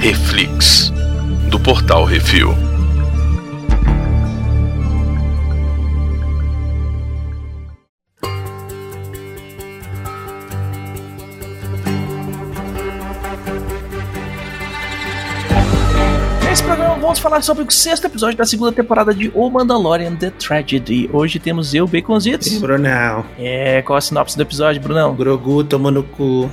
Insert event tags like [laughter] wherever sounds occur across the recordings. Reflix, do portal Refil. Nesse programa vamos falar sobre o sexto episódio da segunda temporada de O Mandalorian The Tragedy. Hoje temos eu, Baconzitos. Brunão. É, qual a sinopse do episódio, Brunão? Grogu tomando cu.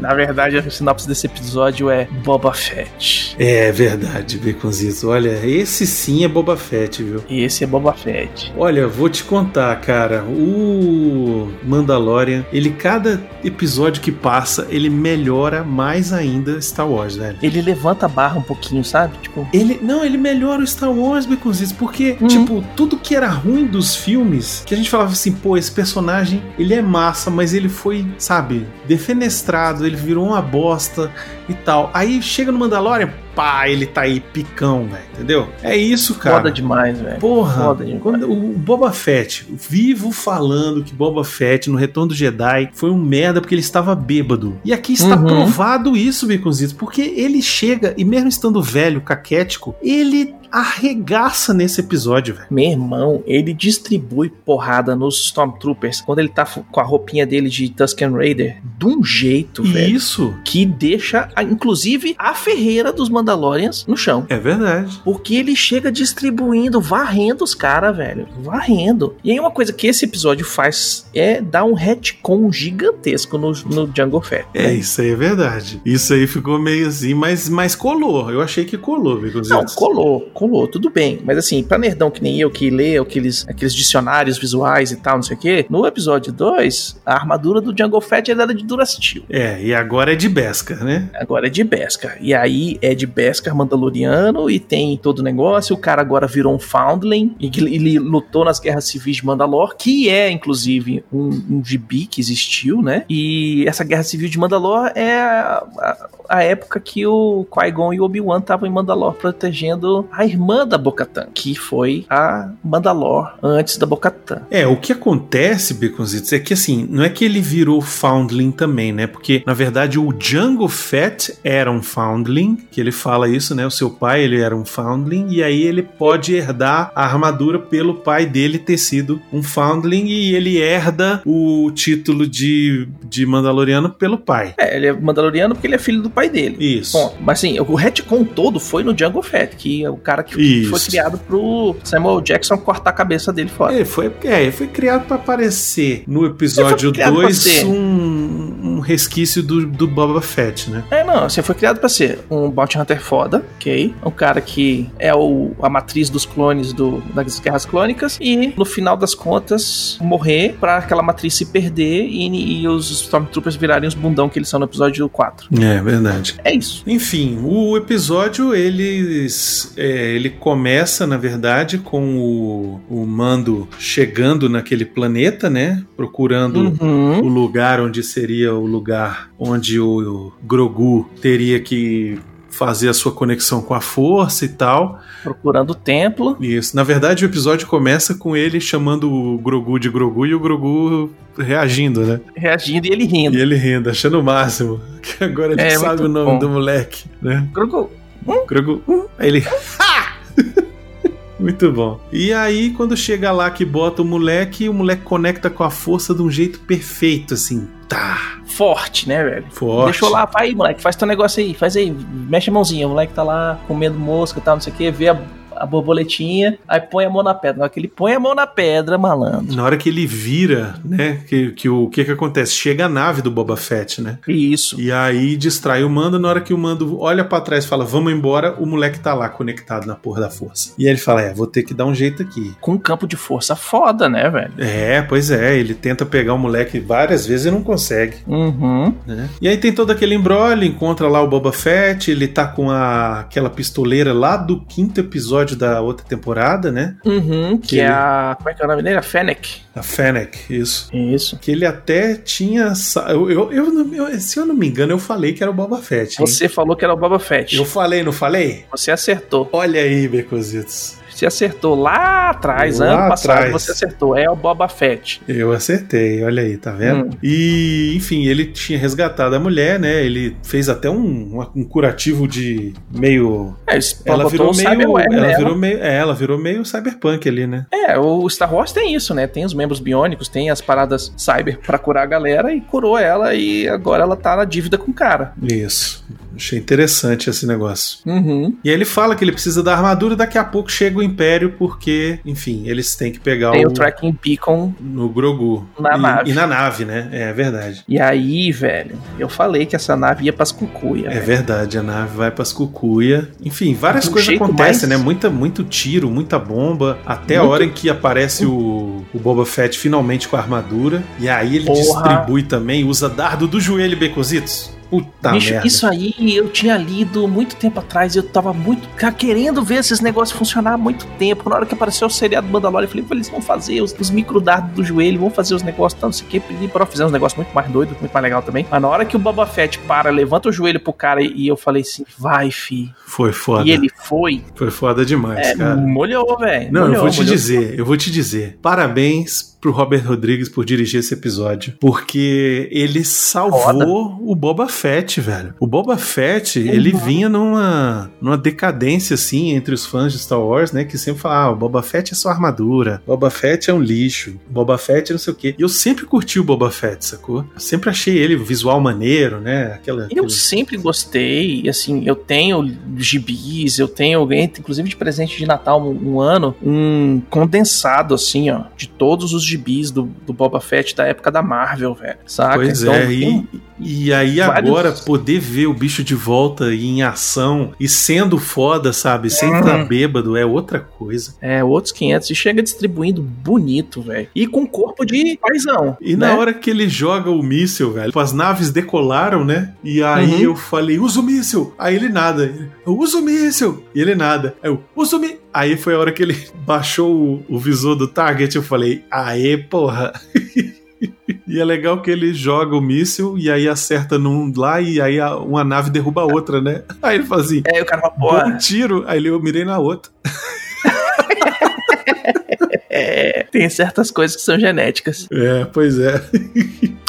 Na verdade, a sinopse desse episódio é Boba Fett. É verdade, Baconzitos. Olha, esse sim é Boba Fett, viu? E esse é Boba Fett. Olha, vou te contar, cara. O Mandalorian, ele cada episódio que passa, ele melhora mais ainda Star Wars, né? velho. Ele levanta a barra um pouquinho, sabe? Tipo, Ele, não, ele melhora o Star Wars, Baconzitos, porque, Uhum. tipo, tudo que era ruim dos filmes, que a gente falava assim, pô, esse personagem, ele é massa, mas ele foi, sabe, defenestrado, ele virou uma bosta e tal. Aí chega no Mandalorian, pá, ele tá aí picão, velho, entendeu? É isso, cara. foda demais, velho. Porra, Foda demais. quando o Boba Fett, vivo falando que Boba Fett no Retorno do Jedi foi um merda porque ele estava bêbado. E aqui está Uhum. provado isso, Baconzitos, porque ele chega e mesmo estando velho, caquético, ele arregaça nesse episódio, velho. Meu irmão, ele distribui porrada nos Stormtroopers quando ele tá fu- com a roupinha dele de Tusken Raider de um jeito, E velho. Isso Que deixa, a- inclusive, a ferreira dos Mandalorians no chão. é verdade. Porque ele chega distribuindo, varrendo os caras, velho. Varrendo. E aí uma coisa que esse episódio faz é dar um retcon gigantesco no, no Jungle Fett. né? É, isso aí é verdade. Isso aí ficou meio assim, mas, mas colou. Eu achei que colou, Não, Baconzitos. colou, colou, tudo bem. Mas assim, pra nerdão que nem eu, que lê aqueles, aqueles dicionários visuais e tal, não sei o quê, no episódio 2, a armadura do Jungle Fett ela era de Durastil. É, e agora é de Besca, né? Agora é de Beskar. E aí é de Beskar Mandaloriano e tem todo o negócio. O cara agora virou um Foundling e que ele lutou nas guerras civis de Mandalor, que é, inclusive, um, um gibi que existiu, né? E essa guerra civil de Mandalor é a, a- a época que o Qui-Gon e o Obi-Wan estavam em Mandalor protegendo a irmã da Bocatan, que foi a Mandalor antes da Bocatan. É, o que acontece, Baconzitos, é que assim, não é que ele virou Foundling também, né? Porque, na verdade, o Django Fett era um Foundling, que ele fala isso, né? O seu pai, ele era um Foundling, e aí ele pode herdar a armadura pelo pai dele ter sido um Foundling, e ele herda o título de, de Mandaloriano pelo pai. É, ele é Mandaloriano porque ele é filho do pai dele. Isso. Bom, mas assim, o retcon todo foi no Django Fett, que é o cara que Isso. foi criado pro Samuel Jackson cortar a cabeça dele fora. Ele foi, é, ele foi criado pra aparecer no episódio criado pra 2 ser. um, um resquício do, do Boba Fett, né? É, não, você foi criado pra ser um Bounty Hunter foda, ok? Um cara que é o, a matriz dos clones do, das Guerras Clônicas e, no final das contas, morrer pra aquela matriz se perder e, e os Stormtroopers virarem os bundão que eles são no episódio 4. É, verdade. É isso. Enfim, o episódio eles, é, ele começa, na verdade, com o, o Mando chegando naquele planeta, né? Procurando Uhum. o lugar onde seria o lugar onde o, o Grogu teria que fazer a sua conexão com a força e tal. Procurando o templo. Isso. Na verdade, o episódio começa com ele chamando o Grogu de Grogu e o Grogu reagindo, né? reagindo e ele rindo. E ele rindo, achando o máximo. [laughs] Que agora ele É, sabe muito o nome bom. do moleque, né? Grogu, Grogu. hum, Aí ele. "Ha!" [laughs] Muito bom. E aí, quando chega lá que bota o moleque, o moleque conecta com a força de um jeito perfeito, assim. Tá. forte, né, velho? Forte. Deixou lá, vai aí, moleque, faz teu negócio aí, faz aí, mexe a mãozinha. O moleque tá lá comendo mosca e tal, não sei o que, vê a, a borboletinha, aí põe a mão na pedra. Na hora que ele põe a mão na pedra, malandro. Na hora que ele vira, né? Que, que o o que que acontece? Chega a nave do Boba Fett, né? Isso. E aí distrai o mando. Na hora que o mando olha pra trás e fala, vamos embora, o moleque tá lá conectado na porra da força. E aí ele fala, é, vou ter que dar um jeito aqui. Com um campo de força foda, né, velho? É, pois é. Ele tenta pegar o moleque várias vezes e não consegue. Uhum. né? E aí tem todo aquele embrolho, encontra lá o Boba Fett, ele tá com a, aquela pistoleira lá do quinto episódio da outra temporada, né? Uhum. Que, Que- é a. Como é que é o nome dele? A Fennec. A Fennec, isso. Isso. Que ele até tinha. sa- Eu, eu, eu não- eu- se eu não me engano, eu falei que era o Boba Fett. hein? Você falou que era o Boba Fett. Eu falei, não falei? Você acertou. Olha aí, Becositos. Você acertou lá atrás, Lá ano passado atrás. você acertou. É o Boba Fett. Eu acertei, olha aí, tá vendo? Hum. E, enfim, ele tinha resgatado a mulher, né? Ele fez até um, um curativo de meio. É, Ela botou virou o meio. cyberware Ela nela. virou meio. É, ela virou meio cyberpunk ali, né? É, o Star Wars tem isso, né? Tem os membros biônicos, tem as paradas cyber pra curar a galera e curou ela e agora ela tá na dívida com o cara. Isso. Achei interessante esse negócio. Uhum. E aí ele fala que ele precisa da armadura, daqui a pouco chega o Império, porque, enfim, eles têm que pegar Tem o. o tracking beacon No Grogu. Na e, nave. E na nave, né? É verdade. E aí, velho, eu falei que essa nave ia pras cucuia. É velho. verdade, a nave vai pras cucuia. Enfim, várias Do coisas jeito acontecem, Um mais- né? Muita, muito tiro, muita bomba. Até a Muito- hora em que aparece o, o Boba Fett finalmente com a armadura. E aí ele Porra. distribui também, usa dardo do joelho, Becositos. Puta Bicho, merda. isso aí eu tinha lido muito tempo atrás. Eu tava muito ca- querendo ver esses negócios funcionar há muito tempo. Na hora que apareceu o seriado Mandalorian, eu falei, "Pô, eles vão fazer os, os microdardos do joelho, vão fazer os negócios, tal, não sei o que. E para fizer uns negócios muito mais doidos, muito mais legal também. Mas na hora que o Boba Fett para, levanta o joelho pro cara e, e eu falei assim, vai, fi. Foi foda. E ele foi. Foi foda demais, É, cara. molhou, velho. Não, eu molhou, vou te molhou. dizer, eu vou te dizer. Parabéns pro Robert Rodrigues por dirigir esse episódio, porque ele salvou Foda. o Boba Fett, velho. O Boba Fett, ele vinha numa, numa decadência assim entre os fãs de Star Wars, né, que sempre falavam, ah, o Boba Fett é só armadura, Boba Fett é um lixo, Boba Fett é não sei o quê. E eu sempre curti o Boba Fett, sacou? Eu sempre achei ele visual maneiro, né? Aquela, Eu aquele- sempre gostei, e, assim, eu tenho gibis, eu tenho, eu ganhei, inclusive de presente de Natal um, um ano, um condensado, assim, ó, de todos os gibis do, do Boba Fett da época da Marvel, velho, saca? Pois Então, é, tem- e, e aí vários- agora poder ver o bicho de volta e em ação e sendo foda, sabe? Sem Uhum. estar bêbado é outra coisa. é, outros 500, e chega distribuindo bonito, velho, e com corpo de paizão, E né? na hora que ele joga o míssil, velho, as naves decolaram, né? E aí Uhum. eu falei, usa o míssil. Aí ele nada. Eu uso o míssil. E ele nada. Aí eu, usa o míssil. Aí foi a hora que ele [laughs] baixou o, o visor do target. Eu falei, aê, porra. [laughs] E é legal que ele joga o míssil e aí acerta num lá e aí a- uma nave derruba a outra, né? Aí ele fala assim, É, e o cara fala, pô, bom tiro, aí ele, eu mirei na outra. é, tem certas coisas que são genéticas. É, pois é.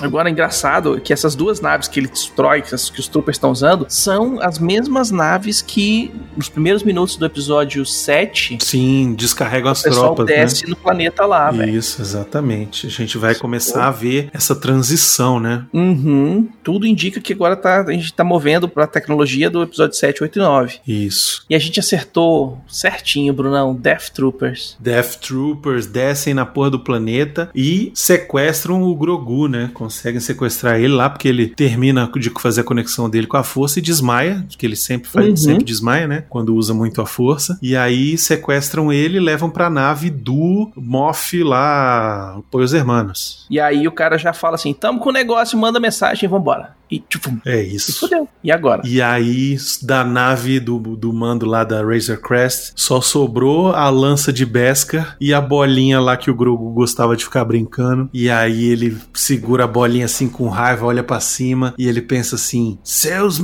Agora, engraçado que essas duas naves que ele destrói, que as- que os troopers estão usando, são as mesmas naves que nos primeiros minutos do episódio 7 Sim, descarrega as o pessoal tropas, né? desce no planeta um lá, velho. Isso, exatamente. A gente vai começar a ver essa transição, né? Uhum. Tudo indica que agora tá, a gente tá movendo pra tecnologia do episódio 7, 8 e 9. Isso. E a gente acertou certinho, Brunão, Death Troopers. Death Troopers descem na porra do planeta e sequestram o Grogu, né? Conseguem sequestrar ele lá, porque ele termina de fazer a conexão dele com a força e desmaia, que ele sempre faz, Uhum. sempre desmaia, né? Quando usa muito a força. E aí sequestram ele e levam pra nave do Moff lá, Pois Hermanos. E aí o cara já fala assim, tamo com o negócio, manda mensagem, vambora. E tipo, É se isso. fodeu. E agora? E aí, da nave do, do mando lá da Razor Crest, só sobrou a lança de Beskar e a bolinha lá que o Grogu gostava de ficar brincando. E aí ele segura a bolinha assim com raiva, olha pra cima e ele pensa assim: Seus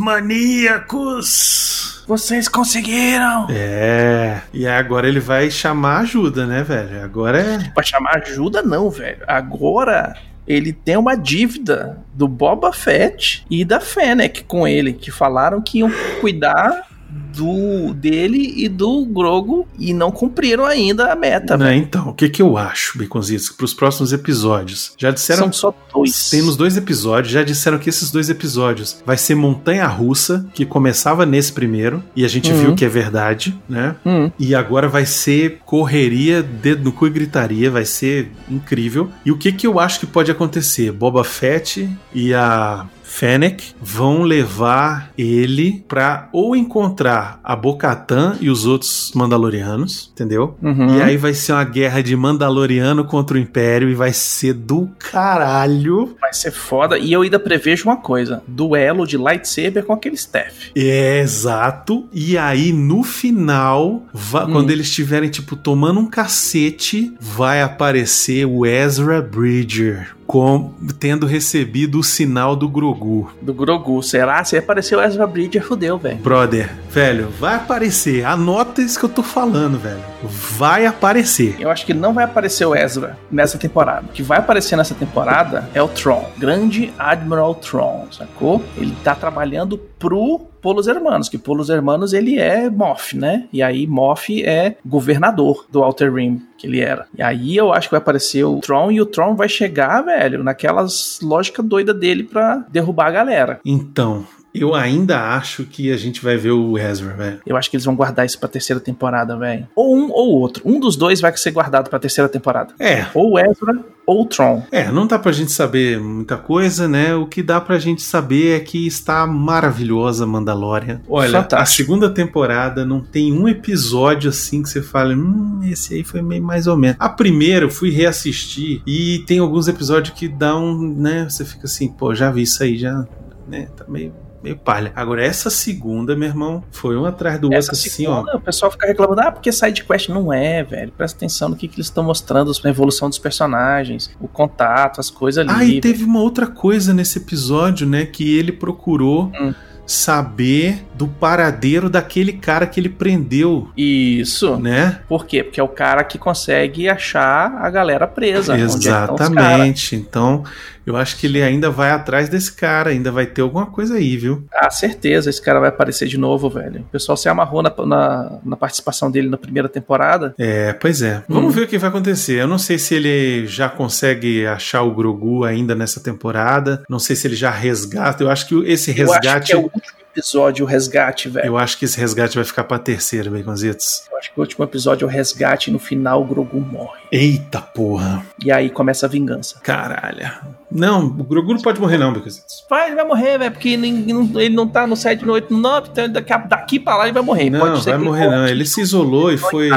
maníacos! Vocês conseguiram! É. E aí agora ele vai chamar ajuda, né, velho? Agora é. Pra chamar ajuda, não, velho. Agora ele tem uma dívida do Boba Fett e da Fennec com ele, que falaram que iam cuidar do dele e do Grogo e não cumpriram ainda a meta, velho. Né, então, o que que eu acho, Baconzitos, pros próximos episódios? Já disseram São só dois. Temos dois episódios, já disseram que esses dois episódios vai ser Montanha Russa, que começava nesse primeiro, e a gente Uhum. viu que é verdade, né? Hum, E agora vai ser correria, dedo no cu e gritaria, vai ser incrível. E o que que eu acho que pode acontecer? Boba Fett e a Fennec vão levar ele pra ou encontrar a Bocatan e os outros Mandalorianos, entendeu? uhum. E aí vai ser uma guerra de Mandaloriano contra o Império e vai ser do caralho. Vai ser foda. E eu ainda prevejo uma coisa: duelo de lightsaber com aquele Steph. É, exato. E aí no final, va- Hum. quando eles estiverem tipo tomando um cacete, vai aparecer o Ezra Bridger. com, tendo recebido o sinal do Grogu. Do Grogu. Será? Se apareceu o Ezra Bridger, fudeu, velho. Brother, velho, vai aparecer. Anota isso que eu tô falando, velho. Vai aparecer. Eu acho que não vai aparecer o Ezra nessa temporada. O que vai aparecer nessa temporada é o Tron. Grande Admiral Tron, sacou? Ele tá trabalhando pro Polos Hermanos, que Polos Hermanos ele é Moff, né? E aí Moff é governador do Outer Rim que ele era. E aí eu acho que vai aparecer o Tron e o Tron vai chegar, velho, naquelas lógica doida dele pra derrubar a galera. Então, eu ainda acho que a gente vai ver o Ezra, velho. Eu acho que eles vão guardar isso pra terceira temporada, velho. Ou um ou outro. Um dos dois vai ser guardado pra terceira temporada. É. Ou o Ezra ou o Tron. É, não dá pra gente saber muita coisa, né? O que dá pra gente saber é que está maravilhosa Mandalorian. Olha, Fantástico. a segunda temporada não tem um episódio assim que você fala, hum, esse aí foi meio mais ou menos. A primeira eu fui reassistir e tem alguns episódios que dá um, né? Você fica assim, pô, já vi isso aí, já, né? Tá meio. Meio palha. Agora, essa segunda, meu irmão, foi um atrás do Essa outro, assim, ó. segunda, o pessoal fica reclamando, ah, porque side quest não é, velho. Presta atenção no que, que eles estão mostrando, a evolução dos personagens, o contato, as coisas ali. Ah, e teve uma outra coisa nesse episódio, né? Que ele procurou Hum. saber do paradeiro daquele cara que ele prendeu, Isso. né? Por quê? Porque é o cara que consegue achar a galera presa. onde é que estão os caras. Exatamente. então, eu acho que ele ainda vai atrás desse cara, ainda vai ter alguma coisa aí, viu? Ah, certeza, esse cara vai aparecer de novo, velho. O pessoal se amarrou na, na, na participação dele na primeira temporada. É, pois é. Hum. Vamos ver o que vai acontecer. Eu não sei se ele já consegue achar o Grogu ainda nessa temporada. Não sei se ele já resgata. Eu acho que esse resgate. Eu acho que é o último episódio, o resgate, velho. eu acho que esse resgate vai ficar pra terceira, Baconzitos. Eu acho que o último episódio é o resgate e no final o Grogu morre. Eita porra! E aí começa a vingança. Caralho. Não, o Grogu não pode morrer, não, Baconzitos. Vai, ele vai morrer, velho, porque ninguém- não- ele não tá no 7, no 8, no 9, então daqui, a- daqui pra lá ele vai morrer. Não, Pode ser vai que morrer, não. volte. Ele se isolou e foi,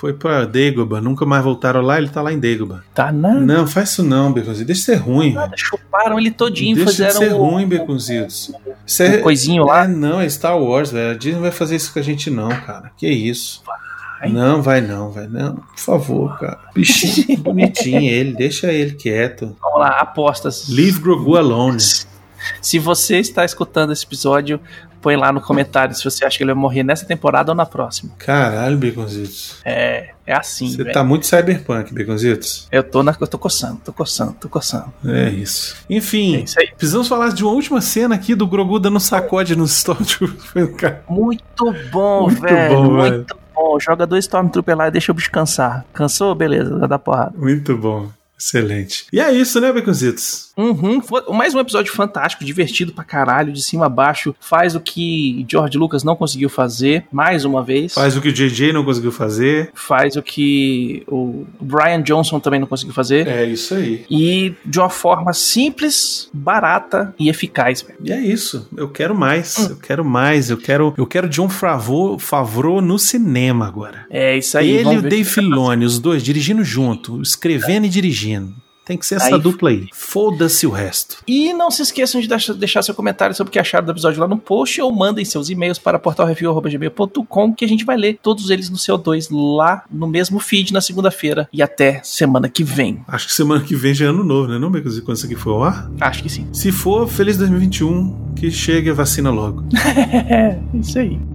foi pra Dagobah. Nunca mais voltaram lá, ele tá lá em Dagobah. Tá nada. Não, faz isso não, Baconzitos. Deixa de ser ruim. velho. Chuparam ele todinho, Deixa de fizeram ser o- ruim, Baconzitos. Isso o é... coisinho lá. É, não, é Star Wars, velho. A Disney não vai fazer isso com a gente, não, cara. Que isso. Vai. Não, vai não, velho. Não, por favor, cara. [laughs] Bichinho, bonitinho ele. Deixa ele quieto. Vamos lá, apostas. Leave Grogu alone. Se você está escutando esse episódio, põe lá no comentário se você acha que ele vai morrer nessa temporada ou na próxima. Caralho, Baconzitos. É, é assim, Você velho. tá muito cyberpunk, Baconzitos. Eu tô na, eu tô coçando, tô coçando, tô coçando. É isso. É Enfim, isso aí. precisamos falar de uma última cena aqui do Grogu dando sacode no Stormtrooper. cara. Muito bom, Muito velho. bom, muito bom. Joga dois Stormtrooper lá e deixa o bicho cansar. Cansou? Beleza, vai dar porrada. [laughs] Muito bom. Excelente. E é isso, né, Baconzitos? Uhum, foi- mais um episódio fantástico, divertido pra caralho, de cima a baixo. Faz o que George Lucas não conseguiu fazer, mais uma vez. Faz o que o JJ não conseguiu fazer. Faz o que o Brian Johnson também não conseguiu fazer. É isso aí. e de uma forma simples, barata e eficaz. velho. E é isso. Eu quero mais. Eu quero mais. Eu quero, eu quero John Favreau, Favreau no cinema agora. É isso aí. Ele vamos e o ver Dave que- Filoni, os dois dirigindo junto, escrevendo e dirigindo. Tem que ser essa Aí- dupla aí. Foda-se o resto. E não se esqueçam de deixar- deixar seu comentário sobre o que acharam do episódio lá no post ou mandem seus e-mails para portalreview.gmail.com que a gente vai ler todos eles no CO2 lá no mesmo feed na segunda-feira e até semana que vem. Acho que semana que vem já é ano novo, né? Não, Baconzitos, quando isso aqui for ao ar? Acho que sim. [laughs] um, Se for, feliz 2021, que chegue a vacina logo. É, isso aí.